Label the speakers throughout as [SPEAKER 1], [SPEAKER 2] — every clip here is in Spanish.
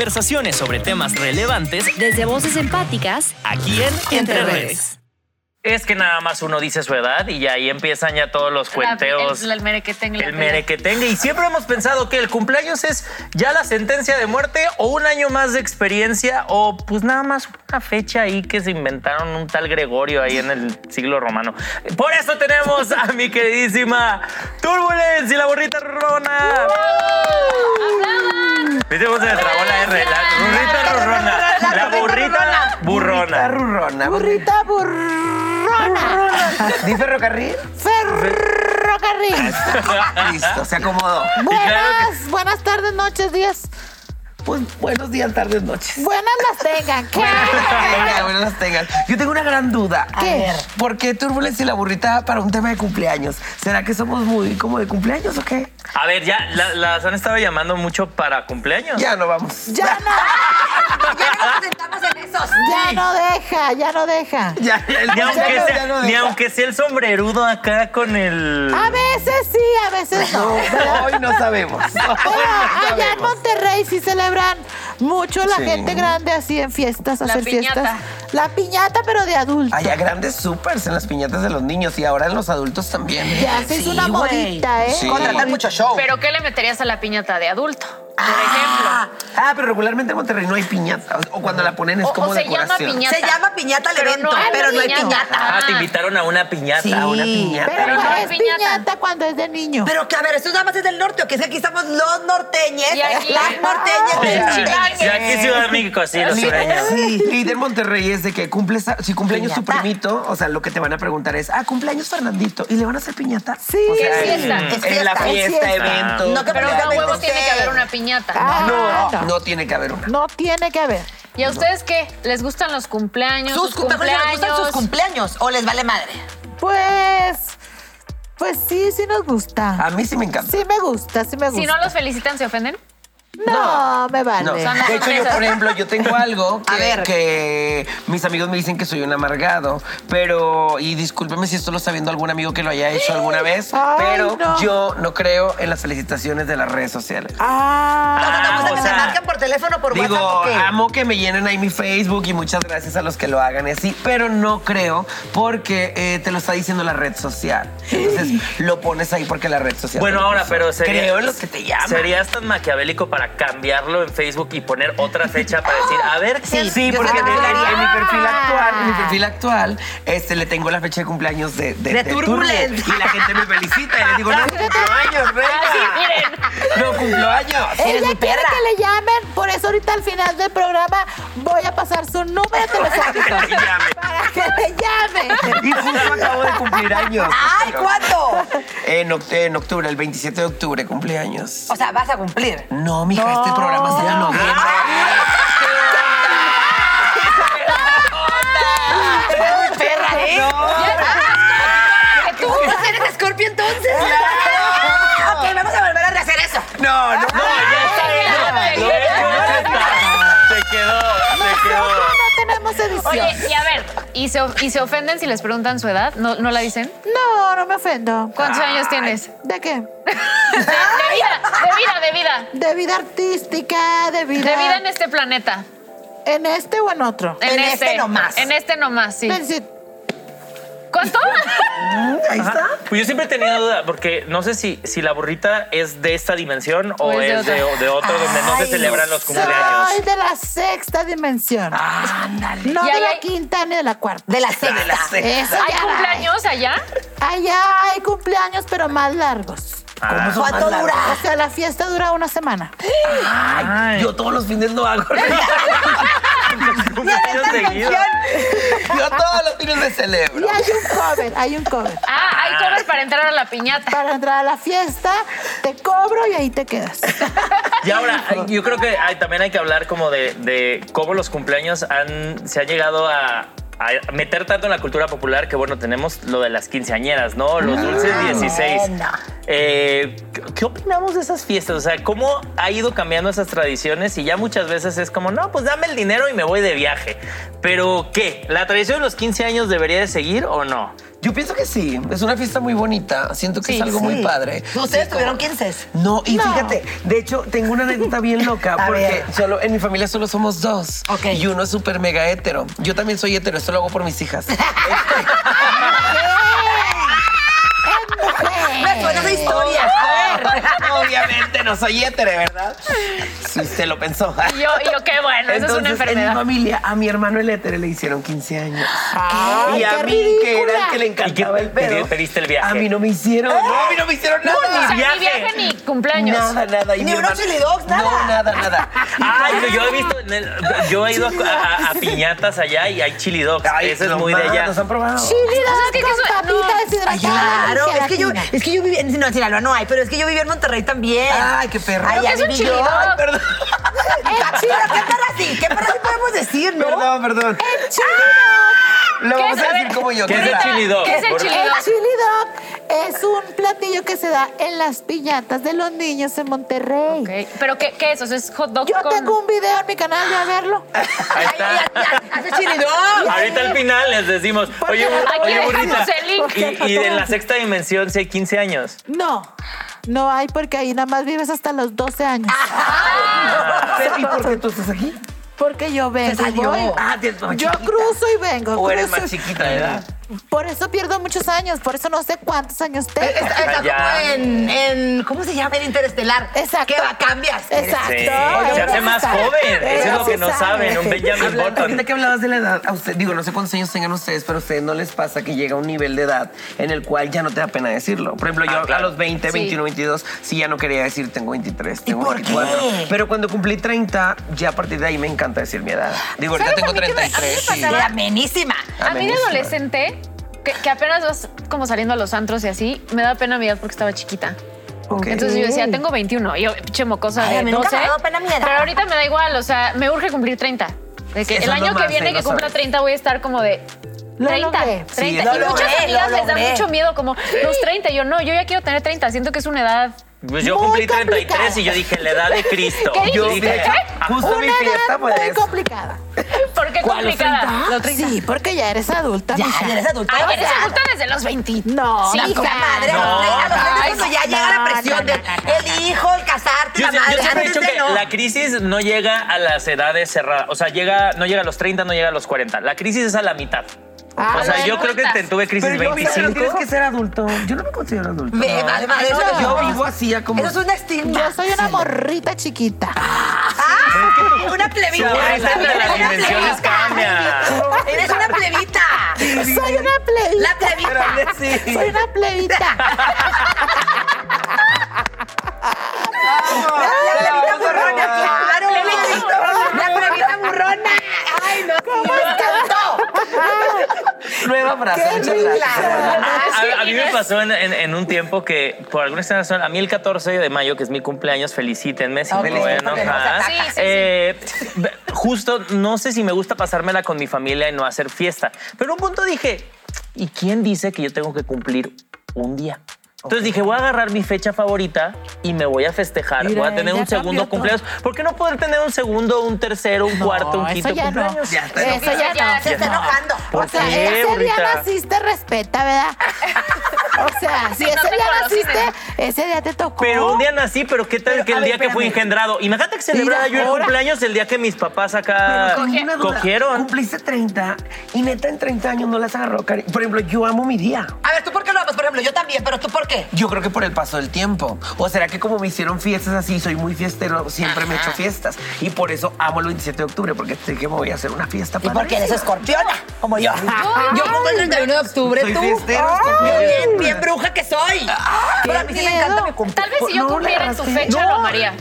[SPEAKER 1] Conversaciones sobre temas relevantes
[SPEAKER 2] Desde voces empáticas,
[SPEAKER 1] aquí en Entre
[SPEAKER 2] Entre
[SPEAKER 1] Redes.
[SPEAKER 2] Redes.
[SPEAKER 1] Es que nada más uno dice su edad y ya ahí empiezan ya todos los cuenteos.
[SPEAKER 3] El, el merequetengue, la
[SPEAKER 1] El
[SPEAKER 3] pelea.
[SPEAKER 1] mere que tenga. Y siempre hemos pensado que el cumpleaños es ya la sentencia de muerte o un año más de experiencia o pues nada más una fecha ahí que se inventaron un tal Gregorio ahí en el siglo romano. Por eso tenemos a mi queridísima Turbulence y la burrita Rurrona. Hicimos nuestra bola R, la burrita Rurrona. La burrita
[SPEAKER 4] Burrita
[SPEAKER 1] burrona.
[SPEAKER 4] burrona. Burrita burrona. pues, ¿Di ferrocarril?
[SPEAKER 5] Ferrocarril.
[SPEAKER 4] Listo, se acomodó.
[SPEAKER 5] Buenas, buenas tardes, noches, días.
[SPEAKER 4] Pues buenos días, tardes, noches.
[SPEAKER 5] Buenas las tengan. ¿Qué?
[SPEAKER 4] Venga, bueno, las tengan. Yo tengo una gran duda.
[SPEAKER 5] ¿Qué?
[SPEAKER 4] A ver, ¿Por qué Turbulence y la burrita para un tema de cumpleaños? ¿Será que somos muy como de cumpleaños o qué?
[SPEAKER 1] A ver, ya la- las han estado llamando mucho para cumpleaños.
[SPEAKER 4] Ya no vamos.
[SPEAKER 5] Ya no. ya no deja, ya no deja.
[SPEAKER 4] Ya, el
[SPEAKER 1] Ni aunque,
[SPEAKER 4] cumpleaños
[SPEAKER 1] sea,
[SPEAKER 4] ya no
[SPEAKER 1] ni
[SPEAKER 4] deja.
[SPEAKER 1] aunque sea el sombrerudo acá con el.
[SPEAKER 5] A veces sí, a veces no. ¿verdad?
[SPEAKER 4] Hoy no sabemos.
[SPEAKER 5] Pero
[SPEAKER 4] ah,
[SPEAKER 5] allá en Monterrey sí celebran mucho la
[SPEAKER 4] Sí.
[SPEAKER 5] gente grande así en fiestas,
[SPEAKER 3] La
[SPEAKER 5] hacer
[SPEAKER 3] piñata.
[SPEAKER 5] fiestas. La piñata, pero de adulto.
[SPEAKER 4] Hay grandes supers en las piñatas de los niños y ahora en los adultos también.
[SPEAKER 5] Ya se hizo una modita, ¿eh?
[SPEAKER 4] Sí.
[SPEAKER 5] Una
[SPEAKER 6] Contratar
[SPEAKER 5] modita.
[SPEAKER 6] mucho show.
[SPEAKER 3] ¿Pero qué le meterías a la piñata de adulto? Por
[SPEAKER 4] Ah, ah, pero regularmente en Monterrey no hay piñata. O cuando la ponen es
[SPEAKER 3] ejemplo.
[SPEAKER 4] como
[SPEAKER 3] o, o se llama
[SPEAKER 4] decoración.
[SPEAKER 3] piñata.
[SPEAKER 6] Se llama piñata al evento, pero no hay piñata.
[SPEAKER 1] Ah, te invitaron a una piñata.
[SPEAKER 4] Sí,
[SPEAKER 1] a una
[SPEAKER 4] piñata.
[SPEAKER 5] Pero
[SPEAKER 3] Pero
[SPEAKER 5] no
[SPEAKER 3] no
[SPEAKER 5] es
[SPEAKER 3] es piñata.
[SPEAKER 5] piñata cuando es de niño.
[SPEAKER 6] Pero que a ver, esto nada más es del norte, o que es que aquí estamos los norteñes,
[SPEAKER 3] Y aquí-
[SPEAKER 6] las norteñas,
[SPEAKER 3] O
[SPEAKER 6] los
[SPEAKER 3] sea,
[SPEAKER 6] chilangues.
[SPEAKER 1] Y aquí Ciudad de México, así los sureños.
[SPEAKER 4] Sí, líder Monterrey es de que cumples, si cumpleaños tu
[SPEAKER 6] Piñata.
[SPEAKER 4] primito, o sea, lo que te van a preguntar es, ah, cumpleaños Fernandito, y le van a hacer piñata.
[SPEAKER 5] Sí.
[SPEAKER 4] o sea,
[SPEAKER 3] Es fiesta,
[SPEAKER 4] en-
[SPEAKER 3] es
[SPEAKER 4] En la
[SPEAKER 6] fiesta,
[SPEAKER 5] es
[SPEAKER 4] fiesta,
[SPEAKER 5] fiesta.
[SPEAKER 4] evento.
[SPEAKER 6] No, que
[SPEAKER 3] Pero a
[SPEAKER 6] Precisamente
[SPEAKER 3] huevo tiene
[SPEAKER 6] usted.
[SPEAKER 3] que haber una piñata.
[SPEAKER 5] Ah,
[SPEAKER 4] no,
[SPEAKER 5] no.
[SPEAKER 4] no tiene que haber una.
[SPEAKER 5] No tiene que haber.
[SPEAKER 3] ¿Y a ustedes qué? ¿Les gustan los cumpleaños?
[SPEAKER 6] Sus cumpleaños, ¿les gustan sus cumpleaños o les vale madre?
[SPEAKER 5] Pues, pues sí, sí nos gusta.
[SPEAKER 4] A mí sí me encanta.
[SPEAKER 5] Sí me gusta, sí me gusta.
[SPEAKER 3] Si no los felicitan, ¿se ofenden?
[SPEAKER 5] no, me vale.
[SPEAKER 4] No.
[SPEAKER 3] sea, no
[SPEAKER 4] De hecho, yo,
[SPEAKER 3] sorpresas.
[SPEAKER 4] por ejemplo, yo tengo algo que,
[SPEAKER 6] A ver.
[SPEAKER 4] que mis amigos me dicen que soy un amargado, pero, y discúlpeme si esto lo está viendo algún amigo que lo haya hecho alguna vez,
[SPEAKER 5] Ay,
[SPEAKER 4] pero
[SPEAKER 5] no.
[SPEAKER 4] yo no creo en las felicitaciones de las redes sociales.
[SPEAKER 5] Ah,
[SPEAKER 6] No, no, no,
[SPEAKER 1] Ah,
[SPEAKER 6] pues
[SPEAKER 1] o
[SPEAKER 6] que me
[SPEAKER 1] sea,
[SPEAKER 6] marcan por teléfono, por
[SPEAKER 4] Digo,
[SPEAKER 6] WhatsApp, ¿o qué?
[SPEAKER 4] amo que me llenen ahí mi Facebook y muchas gracias a los que lo hagan y así, pero no creo porque eh, te lo está diciendo la red social. Entonces lo pones ahí porque la red social.
[SPEAKER 1] Bueno,
[SPEAKER 4] te lo
[SPEAKER 1] ahora,
[SPEAKER 4] puso.
[SPEAKER 1] pero sería-
[SPEAKER 4] Creo en los que te llaman.
[SPEAKER 1] ¿Serías tan maquiavélico para cambiarlo en Facebook y poner otra fecha para decir, a ver, qué
[SPEAKER 4] Sí, sí,
[SPEAKER 1] yo
[SPEAKER 4] porque
[SPEAKER 1] sé que
[SPEAKER 4] en,
[SPEAKER 1] te
[SPEAKER 4] en mi
[SPEAKER 1] haría?
[SPEAKER 4] perfil actual, en mi perfil actual, este, le tengo la fecha de cumpleaños de, de,
[SPEAKER 6] De Turbulent.
[SPEAKER 4] Turbulent. Y la gente me felicita y le digo, no cumplo años,
[SPEAKER 6] Ah,
[SPEAKER 4] reina. No cumplo años.
[SPEAKER 6] Eres
[SPEAKER 5] ella
[SPEAKER 6] mi
[SPEAKER 5] quiere
[SPEAKER 6] perra.
[SPEAKER 5] que le llamen, por eso ahorita al final del programa voy a pasar su número telefónico
[SPEAKER 4] Que me llame.
[SPEAKER 5] para que le llame.
[SPEAKER 4] Y justo acabo de cumplir años.
[SPEAKER 6] ¡Ay, cuándo!
[SPEAKER 4] En, oct- en octubre, el 27 de octubre, cumpleaños.
[SPEAKER 6] O sea, vas a cumplir.
[SPEAKER 4] No, mija, este programa sale en noviembre.
[SPEAKER 6] ¡Eres mi perra, eh!
[SPEAKER 3] tú?
[SPEAKER 6] ¿Eres Scorpio entonces? ¡Claro! Ok, vamos a volver a rehacer eso.
[SPEAKER 4] No, no, no.
[SPEAKER 3] Ah,
[SPEAKER 1] Lo he hecho, ya está. Se quedó, se quedó.
[SPEAKER 5] Nosotros no tenemos edición.
[SPEAKER 3] Oye, y a ver, ¿y se, ¿y se ofenden si les preguntan su edad? ¿No, no la dicen?
[SPEAKER 5] No, no me ofendo.
[SPEAKER 3] ¿Cuántos años tienes?
[SPEAKER 5] ¿De qué?
[SPEAKER 3] De vida, de vida, de vida.
[SPEAKER 5] De vida artística, de vida.
[SPEAKER 3] De vida en este planeta.
[SPEAKER 5] en este o en otro.
[SPEAKER 3] En,
[SPEAKER 6] En este nomás.
[SPEAKER 3] En este nomás, sí.
[SPEAKER 5] Es decir,
[SPEAKER 3] ¿Cuánto?
[SPEAKER 4] Ahí está.
[SPEAKER 1] Pues yo siempre he tenido duda, porque no sé si, si la burrita es de esta dimensión o,
[SPEAKER 3] O
[SPEAKER 1] es,
[SPEAKER 3] es de
[SPEAKER 1] de, de otro donde no se
[SPEAKER 6] Ay,
[SPEAKER 1] celebran los
[SPEAKER 5] Soy
[SPEAKER 1] cumpleaños.
[SPEAKER 5] de la sexta dimensión.
[SPEAKER 4] Ándale.
[SPEAKER 5] No
[SPEAKER 3] Y
[SPEAKER 5] de
[SPEAKER 3] ahí
[SPEAKER 5] la
[SPEAKER 3] hay-
[SPEAKER 5] quinta ni de la cuarta.
[SPEAKER 6] De la sexta.
[SPEAKER 4] De la sexta.
[SPEAKER 5] Eso
[SPEAKER 3] ¿Hay
[SPEAKER 5] ya la-
[SPEAKER 3] cumpleaños allá?
[SPEAKER 5] Allá hay cumpleaños, pero más largos.
[SPEAKER 1] Ah.
[SPEAKER 4] ¿Cómo son
[SPEAKER 6] ¿Cuánto
[SPEAKER 4] más
[SPEAKER 6] dura?
[SPEAKER 4] largos?
[SPEAKER 5] O sea, la fiesta dura una semana.
[SPEAKER 4] Ay, yo todos los fines no hago.
[SPEAKER 1] Cumpleaños seguidos.
[SPEAKER 4] Yo todos los fines me
[SPEAKER 5] Y
[SPEAKER 4] celebro.
[SPEAKER 5] hay un cover, hay un cover.
[SPEAKER 3] Ah, hay cover para entrar a la piñata.
[SPEAKER 5] Para entrar a la fiesta, te cobro y ahí te quedas.
[SPEAKER 1] Y ahora, yo creo que hay- también hay que hablar como de, de cómo los cumpleaños han, se han llegado a, a meter tanto en la cultura popular que, bueno, tenemos lo de las quinceañeras, ¿no? Los dulces 16.
[SPEAKER 6] bueno.
[SPEAKER 1] Eh, ¿qué- ¿Qué opinamos de esas fiestas? O sea, ¿cómo ha ido cambiando esas tradiciones? Y ya muchas veces es como, no, pues dame el dinero y me voy de viaje. Pero, ¿qué? ¿La tradición de los 15 años debería de seguir o no?
[SPEAKER 4] Yo pienso que sí. Es una fiesta muy bonita. Siento que
[SPEAKER 3] Sí,
[SPEAKER 4] es algo muy padre.
[SPEAKER 6] Ustedes tuvieron 15.
[SPEAKER 4] No, y
[SPEAKER 5] No.
[SPEAKER 4] fíjate, de hecho, tengo una anécdota bien loca
[SPEAKER 6] A
[SPEAKER 4] porque
[SPEAKER 6] ver.
[SPEAKER 4] solo en mi familia solo somos dos.
[SPEAKER 6] Ok.
[SPEAKER 4] Y uno es súper mega hétero. Yo también soy hétero, esto lo hago por mis hijas.
[SPEAKER 6] Me suena Pues, esa historia. A ver.
[SPEAKER 4] Obviamente no soy hétero, ¿verdad? Si usted lo pensó.
[SPEAKER 3] Y yo, y yo, qué bueno, eso es una
[SPEAKER 4] Entonces, en mi
[SPEAKER 3] enfermedad.
[SPEAKER 4] familia, a mi hermano el hétero le hicieron 15 años.
[SPEAKER 5] Ay,
[SPEAKER 6] Ah,
[SPEAKER 4] y a
[SPEAKER 5] qué
[SPEAKER 4] mí, que era el
[SPEAKER 5] ridícula.
[SPEAKER 4] que le encantaba
[SPEAKER 1] ¿Y qué
[SPEAKER 4] el pedo.
[SPEAKER 1] pedi- pediste el viaje?
[SPEAKER 4] A mí no me hicieron. No, a mí no me hicieron nada.
[SPEAKER 3] O sea, ¡Ah! ni
[SPEAKER 1] viaje.
[SPEAKER 3] viaje ni cumpleaños.
[SPEAKER 4] Nada, nada. Y
[SPEAKER 6] Ni
[SPEAKER 4] mi
[SPEAKER 6] unos
[SPEAKER 4] hermano-
[SPEAKER 6] chili dogs, nada.
[SPEAKER 4] No, nada, nada.
[SPEAKER 1] Ay, pero yo he visto, en el- yo he ido a, a- a piñatas allá y hay chili dogs.
[SPEAKER 4] Ay,
[SPEAKER 1] Eso es
[SPEAKER 4] no
[SPEAKER 1] muy de
[SPEAKER 4] más,
[SPEAKER 1] allá.
[SPEAKER 4] Nos han probado.
[SPEAKER 5] Chili
[SPEAKER 3] O sea, es que
[SPEAKER 5] con
[SPEAKER 3] eso-
[SPEAKER 5] papita
[SPEAKER 3] no. Ah,
[SPEAKER 6] Ay,
[SPEAKER 5] deshidratada.
[SPEAKER 6] claro,
[SPEAKER 5] dice
[SPEAKER 6] es que yo,
[SPEAKER 5] Latina.
[SPEAKER 3] Eh,
[SPEAKER 6] es que yo viví en, no, en Sinaloa no hay, pero es que yo viví en Monterrey también.
[SPEAKER 4] Ay, qué perro.
[SPEAKER 6] Ay,
[SPEAKER 3] ¿Qué
[SPEAKER 6] ya
[SPEAKER 3] es un
[SPEAKER 6] viví
[SPEAKER 3] chili
[SPEAKER 6] yo.
[SPEAKER 3] dog?
[SPEAKER 6] Ay,
[SPEAKER 4] Perdón,
[SPEAKER 6] perra, sí, pero ¿Qué perra sí? ¿Qué perra sí podemos decir, no?
[SPEAKER 4] perdón, perdón. Lo
[SPEAKER 3] ¿Qué
[SPEAKER 4] vamos
[SPEAKER 3] es?
[SPEAKER 4] a
[SPEAKER 3] A
[SPEAKER 4] decir
[SPEAKER 3] ver,
[SPEAKER 4] como yo.
[SPEAKER 1] ¿Qué es el
[SPEAKER 4] Carla.
[SPEAKER 1] chili dog?
[SPEAKER 3] ¿Qué es el
[SPEAKER 1] Por-
[SPEAKER 3] chili
[SPEAKER 5] El
[SPEAKER 3] dog?
[SPEAKER 5] chili dog es un platillo que se da en las piñatas de los niños en Monterrey.
[SPEAKER 3] Ok, ¿Pero qué, qué es? O sea, es hot dog
[SPEAKER 5] Yo
[SPEAKER 3] con...
[SPEAKER 5] tengo un video en mi canal, ya verlo.
[SPEAKER 1] Ahí
[SPEAKER 6] Ay,
[SPEAKER 1] está.
[SPEAKER 6] ya, ya, Hace chili dog.
[SPEAKER 1] Ahorita al final les decimos, oye,
[SPEAKER 3] Aquí
[SPEAKER 1] oye, bonita.
[SPEAKER 3] dejamos el link.
[SPEAKER 1] Y, y de la sexta dimensión, si hay 15 años.
[SPEAKER 5] No, no hay porque ahí nada más vives hasta los 12 años.
[SPEAKER 1] Ah.
[SPEAKER 4] ¿Y por qué tú estás aquí?
[SPEAKER 5] Porque yo vengo. y
[SPEAKER 6] salió.
[SPEAKER 5] voy.
[SPEAKER 4] Ah, te- más
[SPEAKER 5] yo
[SPEAKER 4] chiquita.
[SPEAKER 5] cruzo y vengo.
[SPEAKER 4] O eres
[SPEAKER 5] cruzo
[SPEAKER 4] más
[SPEAKER 5] y-
[SPEAKER 4] chiquita de edad.
[SPEAKER 5] Por eso pierdo muchos años, por eso no sé cuántos años tengo.
[SPEAKER 6] Está, está como
[SPEAKER 1] Ya.
[SPEAKER 6] en, en, ¿cómo se llama? En Interestelar.
[SPEAKER 5] Exacto.
[SPEAKER 6] Que va, cambias.
[SPEAKER 5] Exacto.
[SPEAKER 1] Sí,
[SPEAKER 5] Oye,
[SPEAKER 1] se hace
[SPEAKER 5] eres
[SPEAKER 1] más
[SPEAKER 5] sabia,
[SPEAKER 1] joven. Eso es
[SPEAKER 5] eres
[SPEAKER 1] lo que no
[SPEAKER 5] sabia.
[SPEAKER 1] saben, un Benjamin
[SPEAKER 4] Hablando, ahorita
[SPEAKER 1] Button.
[SPEAKER 4] que hablabas de la edad, a usted, digo, no sé cuántos años tengan ustedes, pero a ustedes no les pasa que llega un nivel de edad en el cual ya no te da pena decirlo. Por ejemplo, yo
[SPEAKER 1] Ah, claro.
[SPEAKER 4] a los 20, 21, 22, sí ya no quería decir tengo 23, tengo
[SPEAKER 6] por
[SPEAKER 4] 24.
[SPEAKER 6] qué?
[SPEAKER 4] Pero cuando cumplí 30, ya a partir de ahí me encanta decir mi edad. Digo, ahorita
[SPEAKER 3] ¿Sabes a
[SPEAKER 4] tengo
[SPEAKER 3] mí qué me- a mí me
[SPEAKER 4] 33. sí.
[SPEAKER 3] pasaba?
[SPEAKER 6] Era amenísima.
[SPEAKER 3] A mí de
[SPEAKER 4] Amenísima.
[SPEAKER 3] adolescente, que, que apenas vas como saliendo a los antros y así, me da pena mi edad porque estaba chiquita.
[SPEAKER 4] Ok.
[SPEAKER 3] Entonces yo decía, tengo 21. Y yo, pinche mocosa
[SPEAKER 6] Ay, a
[SPEAKER 3] de
[SPEAKER 6] mí nunca
[SPEAKER 3] 12.
[SPEAKER 6] me ha dado pena mi edad.
[SPEAKER 3] Pero ahorita me da igual, o sea, me urge cumplir 30. De
[SPEAKER 4] Eso
[SPEAKER 3] que el
[SPEAKER 4] es lo
[SPEAKER 3] año que
[SPEAKER 4] más,
[SPEAKER 3] viene
[SPEAKER 4] ahí
[SPEAKER 3] que
[SPEAKER 4] lo
[SPEAKER 3] cumpla
[SPEAKER 4] sabes.
[SPEAKER 3] 30 voy a estar como de...
[SPEAKER 5] Lo
[SPEAKER 3] 30,
[SPEAKER 5] logré.
[SPEAKER 3] 30.
[SPEAKER 4] Sí,
[SPEAKER 3] y
[SPEAKER 4] lo
[SPEAKER 3] muchas
[SPEAKER 6] logré,
[SPEAKER 3] amigas
[SPEAKER 6] lo
[SPEAKER 3] les da
[SPEAKER 6] logré.
[SPEAKER 3] mucho miedo, como los 30. Y yo no, yo ya quiero tener 30. Siento que es una edad.
[SPEAKER 1] Pues yo
[SPEAKER 5] Muy
[SPEAKER 1] cumplí 33
[SPEAKER 5] complicada.
[SPEAKER 1] y yo dije, la edad de Cristo.
[SPEAKER 3] ¿Qué
[SPEAKER 1] Yo
[SPEAKER 3] dijiste?
[SPEAKER 1] dije,
[SPEAKER 3] ¿Qué?
[SPEAKER 1] "Ah,
[SPEAKER 4] Justo mi
[SPEAKER 5] Una
[SPEAKER 4] fiesta,
[SPEAKER 5] edad
[SPEAKER 4] pues.
[SPEAKER 5] muy complicada.
[SPEAKER 3] ¿Por qué
[SPEAKER 4] ¿Cuál, los
[SPEAKER 3] complicada?
[SPEAKER 5] Ah, Sí, porque ya eres adulta.
[SPEAKER 6] Ya,
[SPEAKER 5] mija.
[SPEAKER 6] ya eres adulta.
[SPEAKER 3] Ay,
[SPEAKER 6] o
[SPEAKER 3] eres
[SPEAKER 6] sea,
[SPEAKER 3] adulta desde los 20.
[SPEAKER 5] No,
[SPEAKER 3] Sí,
[SPEAKER 6] La
[SPEAKER 5] hija.
[SPEAKER 6] puta madre, a los
[SPEAKER 1] No,
[SPEAKER 6] tres- a los tres
[SPEAKER 5] ay,
[SPEAKER 6] es cuando ya llega la
[SPEAKER 5] no,
[SPEAKER 6] presión
[SPEAKER 5] no,
[SPEAKER 6] del
[SPEAKER 5] no, no,
[SPEAKER 6] el hijo, el casarte,
[SPEAKER 1] Yo,
[SPEAKER 6] la
[SPEAKER 1] yo
[SPEAKER 6] madre.
[SPEAKER 1] siempre he
[SPEAKER 6] Antes
[SPEAKER 1] dicho
[SPEAKER 6] de
[SPEAKER 1] que
[SPEAKER 6] no.
[SPEAKER 1] la crisis no llega a las edades cerradas. O sea, llega, no llega a los 30, no llega a los 40. La crisis es a la mitad.
[SPEAKER 5] Ah,
[SPEAKER 1] o sea,
[SPEAKER 3] bueno,
[SPEAKER 1] yo creo que
[SPEAKER 3] ahorita.
[SPEAKER 1] te tuve crisis
[SPEAKER 4] Pero yo, o sea, pero
[SPEAKER 1] 25.
[SPEAKER 4] tienes que ser adulto. Yo no me considero adulto.
[SPEAKER 6] Ve,
[SPEAKER 4] No.
[SPEAKER 6] vale, madre,
[SPEAKER 4] O
[SPEAKER 6] eso
[SPEAKER 4] sea, Yo
[SPEAKER 6] no.
[SPEAKER 4] vivo así ya como...
[SPEAKER 6] Eso es un estigma.
[SPEAKER 5] Yo soy una morrita chiquita.
[SPEAKER 6] ¡Ah! ¡Una plebita!
[SPEAKER 1] Ahorita las dimensiones cambian.
[SPEAKER 6] ¡Eres una plebita!
[SPEAKER 5] Soy una plebita.
[SPEAKER 6] ¡La plebita!
[SPEAKER 4] Sí.
[SPEAKER 5] Soy una plebita.
[SPEAKER 6] ¡La plebita
[SPEAKER 4] vamos a
[SPEAKER 6] burrona!
[SPEAKER 4] robar.
[SPEAKER 6] ¡Claro! ¡La plebita burrona! ¡Ay, no! ¿Cómo
[SPEAKER 4] Nueva frase,
[SPEAKER 5] Qué
[SPEAKER 4] muchas
[SPEAKER 5] rica.
[SPEAKER 4] gracias.
[SPEAKER 5] Ah,
[SPEAKER 1] A, a- a mí me
[SPEAKER 3] Inés.
[SPEAKER 1] pasó en, en- en un tiempo que, por alguna extraña razón, a mí el 14 de mayo, que es mi cumpleaños, felicítenme si
[SPEAKER 6] Ok,
[SPEAKER 1] me voy a
[SPEAKER 6] porque nos
[SPEAKER 1] enojar.
[SPEAKER 6] atacas.
[SPEAKER 3] Sí, sí, sí.
[SPEAKER 1] Eh, b- Justo, no sé si me gusta pasármela con mi familia y no hacer fiesta, pero un punto dije, ¿y quién dice que yo tengo que cumplir un día? Entonces dije, voy a agarrar mi fecha favorita y me voy a festejar.
[SPEAKER 5] Mira,
[SPEAKER 1] voy a tener
[SPEAKER 5] ya
[SPEAKER 1] un segundo
[SPEAKER 5] cambió todo.
[SPEAKER 1] cumpleaños. ¿por qué no poder tener un segundo, un tercero, un cuarto, un
[SPEAKER 5] No,
[SPEAKER 1] quinto
[SPEAKER 5] eso ya no.
[SPEAKER 1] cumpleaños?
[SPEAKER 4] Ya está
[SPEAKER 5] Eso ya no.
[SPEAKER 6] Se está
[SPEAKER 1] No.
[SPEAKER 6] enojando.
[SPEAKER 1] ¿Por
[SPEAKER 5] O sea,
[SPEAKER 1] qué,
[SPEAKER 5] ese
[SPEAKER 1] Brita?
[SPEAKER 5] día naciste, respeta, ¿verdad? O sea, si
[SPEAKER 3] no
[SPEAKER 5] ese
[SPEAKER 3] te
[SPEAKER 5] día
[SPEAKER 3] conocen.
[SPEAKER 5] naciste,
[SPEAKER 6] ¿eh?
[SPEAKER 5] ese día te tocó.
[SPEAKER 1] Pero un día nací, pero ¿qué tal que el
[SPEAKER 4] a ver,
[SPEAKER 1] día que fui
[SPEAKER 4] espérame.
[SPEAKER 1] engendrado? Imagínate que celebrara yo el
[SPEAKER 5] ahora.
[SPEAKER 1] cumpleaños el día que mis papás acá
[SPEAKER 4] Pero tengo una duda.
[SPEAKER 1] Ah, cogieron.
[SPEAKER 4] Cumpliste 30 y neta en 30 años no las agarró, Cari. Por ejemplo, yo amo mi día.
[SPEAKER 6] A ver, ¿tú por qué lo amas? Por ejemplo, yo también, pero ¿tú por qué?
[SPEAKER 4] Yo creo que por el paso del tiempo. O será que como me hicieron fiestas así, soy muy fiestero, siempre me he hecho fiestas. Y por eso amo el 27 de octubre, porque sé que me voy a hacer una fiesta.
[SPEAKER 6] Y porque eres escorpiona, como yo. Yo pongo el 31 de octubre,
[SPEAKER 4] Soy
[SPEAKER 6] tú.
[SPEAKER 4] fiestero,
[SPEAKER 6] Ay,
[SPEAKER 4] escorpión.
[SPEAKER 6] bien, bien bruja que soy. Pero a mí sí me encanta mi cumpleaños.
[SPEAKER 3] Tal vez si yo
[SPEAKER 4] No, la
[SPEAKER 3] cumpliera en tu
[SPEAKER 4] agarraste.
[SPEAKER 3] fecha, lo amaría.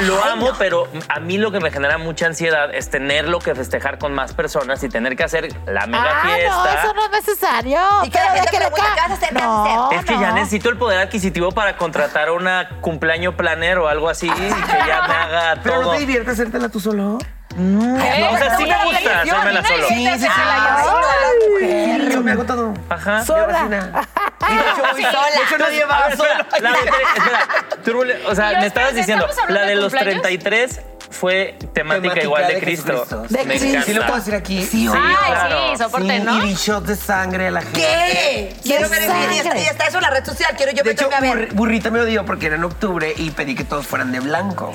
[SPEAKER 3] Eh,
[SPEAKER 1] Lo amo, pero a mí lo que me genera mucha ansiedad es tenerlo que festejar con más personas y tener que hacer la mega
[SPEAKER 5] Ah, no,
[SPEAKER 1] fiesta.
[SPEAKER 5] eso no es necesario.
[SPEAKER 6] Y que la
[SPEAKER 5] Pero de
[SPEAKER 6] gente
[SPEAKER 5] le
[SPEAKER 6] pregunte,
[SPEAKER 5] ca-
[SPEAKER 6] ¿qué vas a hacer? ¿Qué vas a
[SPEAKER 5] No,
[SPEAKER 1] Es que ya
[SPEAKER 5] no.
[SPEAKER 1] necesito el poder adquisitivo para contratar una cumpleaños planner o algo así y que ya me haga
[SPEAKER 4] Pero no
[SPEAKER 1] todo.
[SPEAKER 4] te diviertes hacértela tú solo.
[SPEAKER 1] o sea, sí me
[SPEAKER 3] Una
[SPEAKER 1] gusta
[SPEAKER 3] elección,
[SPEAKER 1] hacérmela
[SPEAKER 3] una
[SPEAKER 1] solo.
[SPEAKER 3] elección de
[SPEAKER 4] Sí, sí, sí,
[SPEAKER 3] hacerla
[SPEAKER 6] Ay,
[SPEAKER 3] yo.
[SPEAKER 6] no, la mujer.
[SPEAKER 4] Yo me hago todo.
[SPEAKER 1] Ajá.
[SPEAKER 5] Sola.
[SPEAKER 4] Yo voy sola. De hecho, nadie
[SPEAKER 1] A
[SPEAKER 4] va
[SPEAKER 1] ver, espera,
[SPEAKER 4] solo.
[SPEAKER 1] la de tre- espera, turbule- o sea,
[SPEAKER 3] Yo,
[SPEAKER 1] me estabas
[SPEAKER 3] espérate,
[SPEAKER 1] diciendo,
[SPEAKER 3] ¿estamos hablando
[SPEAKER 1] la de
[SPEAKER 3] de
[SPEAKER 1] los
[SPEAKER 3] cumpleaños?
[SPEAKER 1] 33 fue temática, igual de, Cristo.
[SPEAKER 4] Jesucristo.
[SPEAKER 5] De
[SPEAKER 1] Me
[SPEAKER 5] Cristo.
[SPEAKER 1] encanta.
[SPEAKER 4] Sí, lo puedo decir aquí. Sí,
[SPEAKER 1] Sí,
[SPEAKER 3] Ay,
[SPEAKER 1] claro.
[SPEAKER 3] sí, soporte,
[SPEAKER 4] Sí,
[SPEAKER 3] Ah, ¿no?
[SPEAKER 4] Y bichot de sangre a la gente.
[SPEAKER 6] ¿Qué? Quiero ver el video. Y está,
[SPEAKER 5] sangre.
[SPEAKER 6] y está eso en la red social. Quiero yo
[SPEAKER 4] De
[SPEAKER 6] meterme
[SPEAKER 4] hecho,
[SPEAKER 6] a ver.
[SPEAKER 4] Burri- Burrita me odió porque era en octubre y pedí que todos fueran de blanco.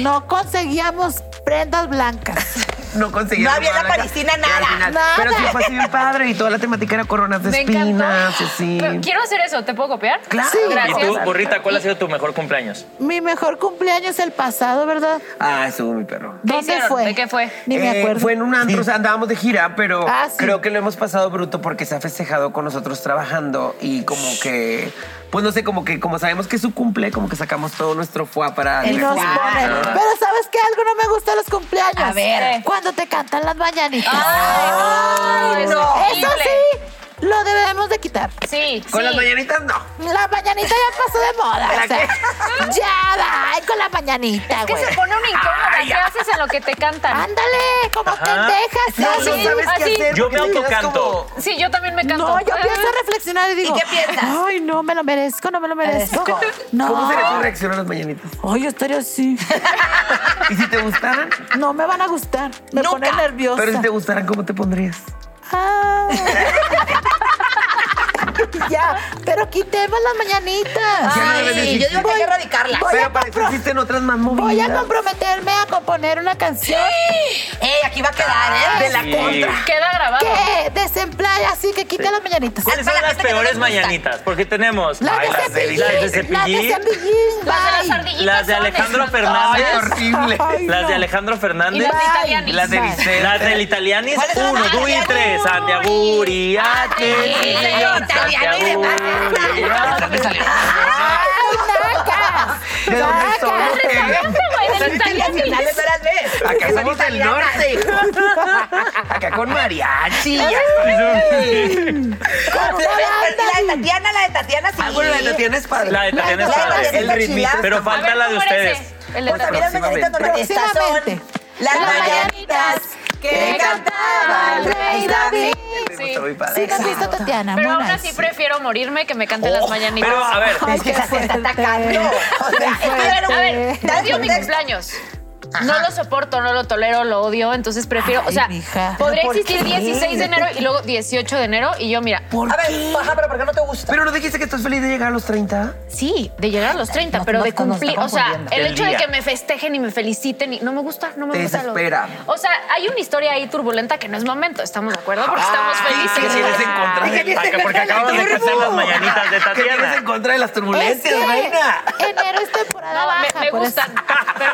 [SPEAKER 5] No conseguíamos prendas blancas.
[SPEAKER 4] No conseguí
[SPEAKER 6] No
[SPEAKER 4] la
[SPEAKER 6] había
[SPEAKER 4] ropa
[SPEAKER 6] la
[SPEAKER 4] blanca.
[SPEAKER 6] parisina,
[SPEAKER 4] Y al
[SPEAKER 6] nada,
[SPEAKER 4] final-
[SPEAKER 5] nada.
[SPEAKER 4] Pero sí fue así bien padre y toda la temática era coronas de
[SPEAKER 3] Me encantó.
[SPEAKER 4] espinas, y así.
[SPEAKER 3] Pero quiero hacer eso, ¿te puedo copiar?
[SPEAKER 4] Claro.
[SPEAKER 5] Sí.
[SPEAKER 1] ¿Y
[SPEAKER 3] Gracias.
[SPEAKER 1] tú, Burrita, cuál ha sido tu mejor cumpleaños?
[SPEAKER 5] Mi mejor cumpleaños el pasado, ¿verdad?
[SPEAKER 4] Ah, estuvo mi perro.
[SPEAKER 3] ¿Qué
[SPEAKER 5] ¿Dónde
[SPEAKER 3] hicieron?
[SPEAKER 5] fue?
[SPEAKER 3] ¿De qué fue?
[SPEAKER 5] Ni me
[SPEAKER 4] Eh,
[SPEAKER 5] acuerdo.
[SPEAKER 4] fue en un antro, o sea, andábamos de gira, pero
[SPEAKER 5] Ah, sí.
[SPEAKER 4] creo que lo hemos pasado bruto porque se ha festejado con nosotros trabajando y como que, pues no sé, como que como sabemos que es su cumple, como que sacamos todo nuestro foie para...
[SPEAKER 5] Y nos
[SPEAKER 6] Claro.
[SPEAKER 5] ponen. Pero ¿sabes qué? Algo no me gusta de los cumpleaños.
[SPEAKER 6] A ver.
[SPEAKER 5] Cuando te cantan las mañanitas.
[SPEAKER 3] Ay,
[SPEAKER 6] no.
[SPEAKER 5] Eso sí, lo debemos de quitar.
[SPEAKER 3] Sí,
[SPEAKER 4] Con
[SPEAKER 3] sí.
[SPEAKER 4] las mañanitas no.
[SPEAKER 5] La mañanita ya pasó de moda. o sea, ya da, ay, con la mañanita,
[SPEAKER 3] Es que
[SPEAKER 5] güey.
[SPEAKER 3] se pone un incómodo. ¿Qué haces en lo que te
[SPEAKER 5] Ah,
[SPEAKER 3] cantan?
[SPEAKER 5] Ándale, como
[SPEAKER 1] Ajá.
[SPEAKER 5] pendejas.
[SPEAKER 4] No,
[SPEAKER 5] ¿sí?
[SPEAKER 4] no sabes
[SPEAKER 3] así.
[SPEAKER 4] qué hacer.
[SPEAKER 1] Yo me
[SPEAKER 4] porque te quedas
[SPEAKER 1] autocanto.
[SPEAKER 4] como-
[SPEAKER 3] Sí, yo también me canto.
[SPEAKER 5] No, yo empiezo
[SPEAKER 3] Ah.
[SPEAKER 5] a reflexionar y digo.
[SPEAKER 6] qué piensas?
[SPEAKER 5] Ay, no, me lo merezco, no me lo merezco. No.
[SPEAKER 4] ¿Cómo sería
[SPEAKER 5] Ah.
[SPEAKER 4] tu reacción a las mañanitas?
[SPEAKER 5] Ay, yo estaría así.
[SPEAKER 4] ¿Y si te gustaran?
[SPEAKER 5] No me van a gustar. Me
[SPEAKER 6] Nunca.
[SPEAKER 5] pone nerviosa.
[SPEAKER 4] Pero si te gustaran, ¿cómo te pondrías?
[SPEAKER 5] Ah. ya, pero quitemos las mañanitas.
[SPEAKER 4] Ya no debes
[SPEAKER 6] Ay,
[SPEAKER 4] decir-
[SPEAKER 6] yo digo que hay que erradicarla.
[SPEAKER 5] voy a
[SPEAKER 4] Pero para eso
[SPEAKER 5] compro-
[SPEAKER 4] existen otras más movidas.
[SPEAKER 5] Voy a comprometerme a componer una canción
[SPEAKER 6] Ey, aquí va a quedar, ¿eh? De la
[SPEAKER 1] Sí.
[SPEAKER 6] contra.
[SPEAKER 3] Queda grabado.
[SPEAKER 5] que desemplaye así que quite las mañanitas.
[SPEAKER 1] ¿Cuáles
[SPEAKER 6] para
[SPEAKER 1] son
[SPEAKER 6] la
[SPEAKER 1] las
[SPEAKER 6] gente que
[SPEAKER 1] peores
[SPEAKER 6] no les gusta.
[SPEAKER 1] mañanitas? Porque tenemos
[SPEAKER 5] Las
[SPEAKER 1] ay,
[SPEAKER 5] de
[SPEAKER 1] de-
[SPEAKER 5] cepillín.
[SPEAKER 1] las de
[SPEAKER 5] Las de
[SPEAKER 1] Cepillín,
[SPEAKER 5] cepillín.
[SPEAKER 3] Las de las
[SPEAKER 5] bye.
[SPEAKER 3] ardillitas
[SPEAKER 1] las de
[SPEAKER 3] son
[SPEAKER 1] Alejandro
[SPEAKER 3] espantos.
[SPEAKER 1] Fernández.
[SPEAKER 4] Ay, horrible.
[SPEAKER 5] Ay,
[SPEAKER 1] las de
[SPEAKER 5] no.
[SPEAKER 1] Alejandro
[SPEAKER 3] Y
[SPEAKER 1] Fernández.
[SPEAKER 3] las de
[SPEAKER 5] Bye.
[SPEAKER 3] italianas.
[SPEAKER 4] Las de Vicente.
[SPEAKER 1] Las del Italianis,
[SPEAKER 6] ¿Cuáles son
[SPEAKER 1] uno,
[SPEAKER 6] las
[SPEAKER 1] dos y
[SPEAKER 6] de
[SPEAKER 1] tres. Santiaguri, Ates,
[SPEAKER 6] sí,
[SPEAKER 1] señor,
[SPEAKER 6] italiano y demás.
[SPEAKER 1] Santiaguri, Ates.
[SPEAKER 5] ¡Ay, nacas!
[SPEAKER 4] ¿De dónde
[SPEAKER 5] Nacas.
[SPEAKER 4] somos?
[SPEAKER 3] Exactamente, güey, de
[SPEAKER 6] Son
[SPEAKER 3] italianas.
[SPEAKER 6] italianas, espérate.
[SPEAKER 4] Acá somos del
[SPEAKER 6] italianas,
[SPEAKER 4] norte. Acá con mariachi. Sí.
[SPEAKER 6] La de Tatiana, la de Tatiana, sí.
[SPEAKER 4] Ah, bueno, la de Tatiana es padre.
[SPEAKER 1] La de Tatiana es
[SPEAKER 6] La de
[SPEAKER 1] padre.
[SPEAKER 6] Tatiana
[SPEAKER 1] El
[SPEAKER 6] está
[SPEAKER 1] ritmo.
[SPEAKER 6] chilada.
[SPEAKER 1] Pero
[SPEAKER 3] A ver,
[SPEAKER 1] falta la de
[SPEAKER 3] ¿cómo era ese?
[SPEAKER 1] ustedes.
[SPEAKER 3] El de
[SPEAKER 6] Pues también las mañanitas
[SPEAKER 4] Próximamente.
[SPEAKER 6] normales. Estas son
[SPEAKER 5] Próximamente.
[SPEAKER 6] las
[SPEAKER 3] Las
[SPEAKER 6] mañanitas que cantaba el rey David.
[SPEAKER 3] Sí.
[SPEAKER 4] Está muy
[SPEAKER 5] Sí,
[SPEAKER 4] padre.
[SPEAKER 5] no has visto Tatiana.
[SPEAKER 3] Pero aún
[SPEAKER 5] monas.
[SPEAKER 3] así prefiero morirme que me canten las mañanitas.
[SPEAKER 1] Oh, Pero a ver,
[SPEAKER 5] Ay,
[SPEAKER 6] Es que
[SPEAKER 5] qué
[SPEAKER 6] esa se está
[SPEAKER 5] fuerte.
[SPEAKER 6] atacando. O sea,
[SPEAKER 5] Qué
[SPEAKER 6] esto
[SPEAKER 5] fuerte.
[SPEAKER 6] era un-
[SPEAKER 3] A ver,
[SPEAKER 5] Dale
[SPEAKER 3] odio mi
[SPEAKER 6] contexto.
[SPEAKER 3] cumpleaños. No lo soporto, no lo tolero, lo odio, entonces prefiero, o
[SPEAKER 5] Ay,
[SPEAKER 3] sea,
[SPEAKER 5] mija.
[SPEAKER 3] podría
[SPEAKER 5] ¿Por
[SPEAKER 3] existir
[SPEAKER 5] qué?
[SPEAKER 3] 16 de enero y luego 18 de enero y yo, mira,
[SPEAKER 6] A ver, baja, pero ¿por qué no te gusta?
[SPEAKER 4] Pero no dijiste que estás feliz de llegar a los 30.
[SPEAKER 3] sí, de llegar a los 30,
[SPEAKER 6] Nos-
[SPEAKER 3] pero de
[SPEAKER 6] nos- nos
[SPEAKER 3] cumplir,
[SPEAKER 6] está
[SPEAKER 3] o sea,
[SPEAKER 6] confundiendo.
[SPEAKER 3] el,
[SPEAKER 1] El
[SPEAKER 3] hecho de
[SPEAKER 1] día.
[SPEAKER 3] que me festejen y me feliciten y no me gusta, no me
[SPEAKER 4] Te
[SPEAKER 3] gusta. lo-
[SPEAKER 4] desespera.
[SPEAKER 3] o sea, hay una historia ahí turbulenta que no es momento, estamos de acuerdo, porque estamos
[SPEAKER 4] ¿Qué
[SPEAKER 3] felices.
[SPEAKER 4] tienes en contra
[SPEAKER 1] Ay,
[SPEAKER 4] de
[SPEAKER 1] porque acabamos de cantar las mañanitas de
[SPEAKER 4] ¿Qué tienes
[SPEAKER 1] Tatiana.
[SPEAKER 4] en contra de las
[SPEAKER 5] Es
[SPEAKER 4] turbulencias,
[SPEAKER 5] que
[SPEAKER 4] reina?
[SPEAKER 5] enero es temporada
[SPEAKER 3] No, me-
[SPEAKER 5] baja.
[SPEAKER 3] me,
[SPEAKER 5] por eso.
[SPEAKER 3] gustan.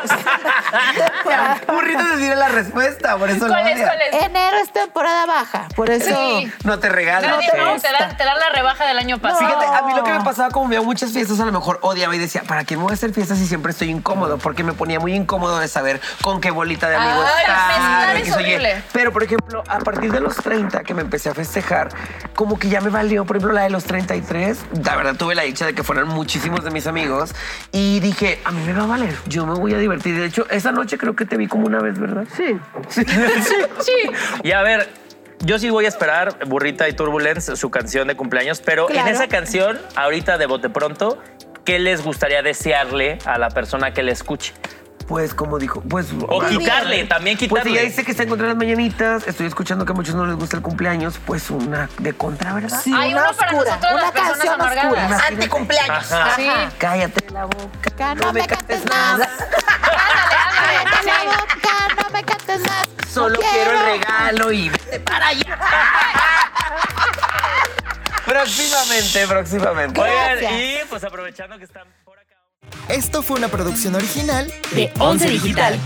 [SPEAKER 3] pero-
[SPEAKER 5] Temporada-
[SPEAKER 4] Burrito te tiene la respuesta, por eso lo
[SPEAKER 3] ¿Cuál es?
[SPEAKER 4] odia.
[SPEAKER 3] ¿Cuál es?
[SPEAKER 5] Enero es temporada baja. Por eso.
[SPEAKER 3] Sí.
[SPEAKER 4] Ah, No te regalas.
[SPEAKER 3] Nadie-
[SPEAKER 5] te
[SPEAKER 3] no,
[SPEAKER 5] gusta.
[SPEAKER 3] dan, te dan la rebaja del año pasado.
[SPEAKER 4] Fíjate, a mí lo que me pasaba, como veía muchas fiestas, a lo mejor odiaba y decía, ¿para qué me voy a hacer fiestas si siempre estoy incómodo? Porque me ponía muy incómodo de saber con qué bolita de amigos
[SPEAKER 3] Ay,
[SPEAKER 4] estar,
[SPEAKER 3] mezclar
[SPEAKER 4] de
[SPEAKER 3] es
[SPEAKER 4] que soy-
[SPEAKER 3] horrible.
[SPEAKER 4] Pero, por ejemplo, a partir de los 30 que me empecé a festejar, como que ya me valió, por ejemplo, la de los 33. La verdad, tuve la dicha de que fueran muchísimos de mis amigos y dije, a mí me va a valer, yo me voy a divertir. De hecho, esa noche creo que te vi como una vez, ¿verdad? Sí. Sí.
[SPEAKER 3] Sí.
[SPEAKER 1] Y a ver, yo sí voy a esperar Burrita y Turbulence, su canción de cumpleaños, pero
[SPEAKER 5] Claro.
[SPEAKER 1] en esa canción, ahorita de bote pronto, ¿qué les gustaría desearle a la persona que le escuche?
[SPEAKER 4] Pues, como dijo, pues.
[SPEAKER 1] O
[SPEAKER 4] ahora-
[SPEAKER 1] quitarle, también
[SPEAKER 4] Pues
[SPEAKER 1] quitarle.
[SPEAKER 4] ella dice que está en contra de las mañanitas. Estoy escuchando que a muchos no les gusta el cumpleaños. Pues una de contra, ¿verdad?
[SPEAKER 5] Sí,
[SPEAKER 3] Hay uno para nosotros, las
[SPEAKER 5] una
[SPEAKER 3] personas
[SPEAKER 5] canción
[SPEAKER 3] amargadas.
[SPEAKER 5] oscura.
[SPEAKER 6] Anticumpleaños.
[SPEAKER 1] Ajá.
[SPEAKER 3] Sí.
[SPEAKER 4] Cállate la boca.
[SPEAKER 5] Acá no me cantes más.
[SPEAKER 3] Ándale, ándale,
[SPEAKER 5] Cállate la
[SPEAKER 3] sí.
[SPEAKER 5] boca, no me cantes más.
[SPEAKER 4] Solo
[SPEAKER 5] No
[SPEAKER 4] quiero el regalo y vete para allá. próximamente, próximamente.
[SPEAKER 1] Oigan,
[SPEAKER 5] Gracias.
[SPEAKER 1] y pues aprovechando que están por acá.
[SPEAKER 2] Esto fue una producción original
[SPEAKER 7] de Once Digital.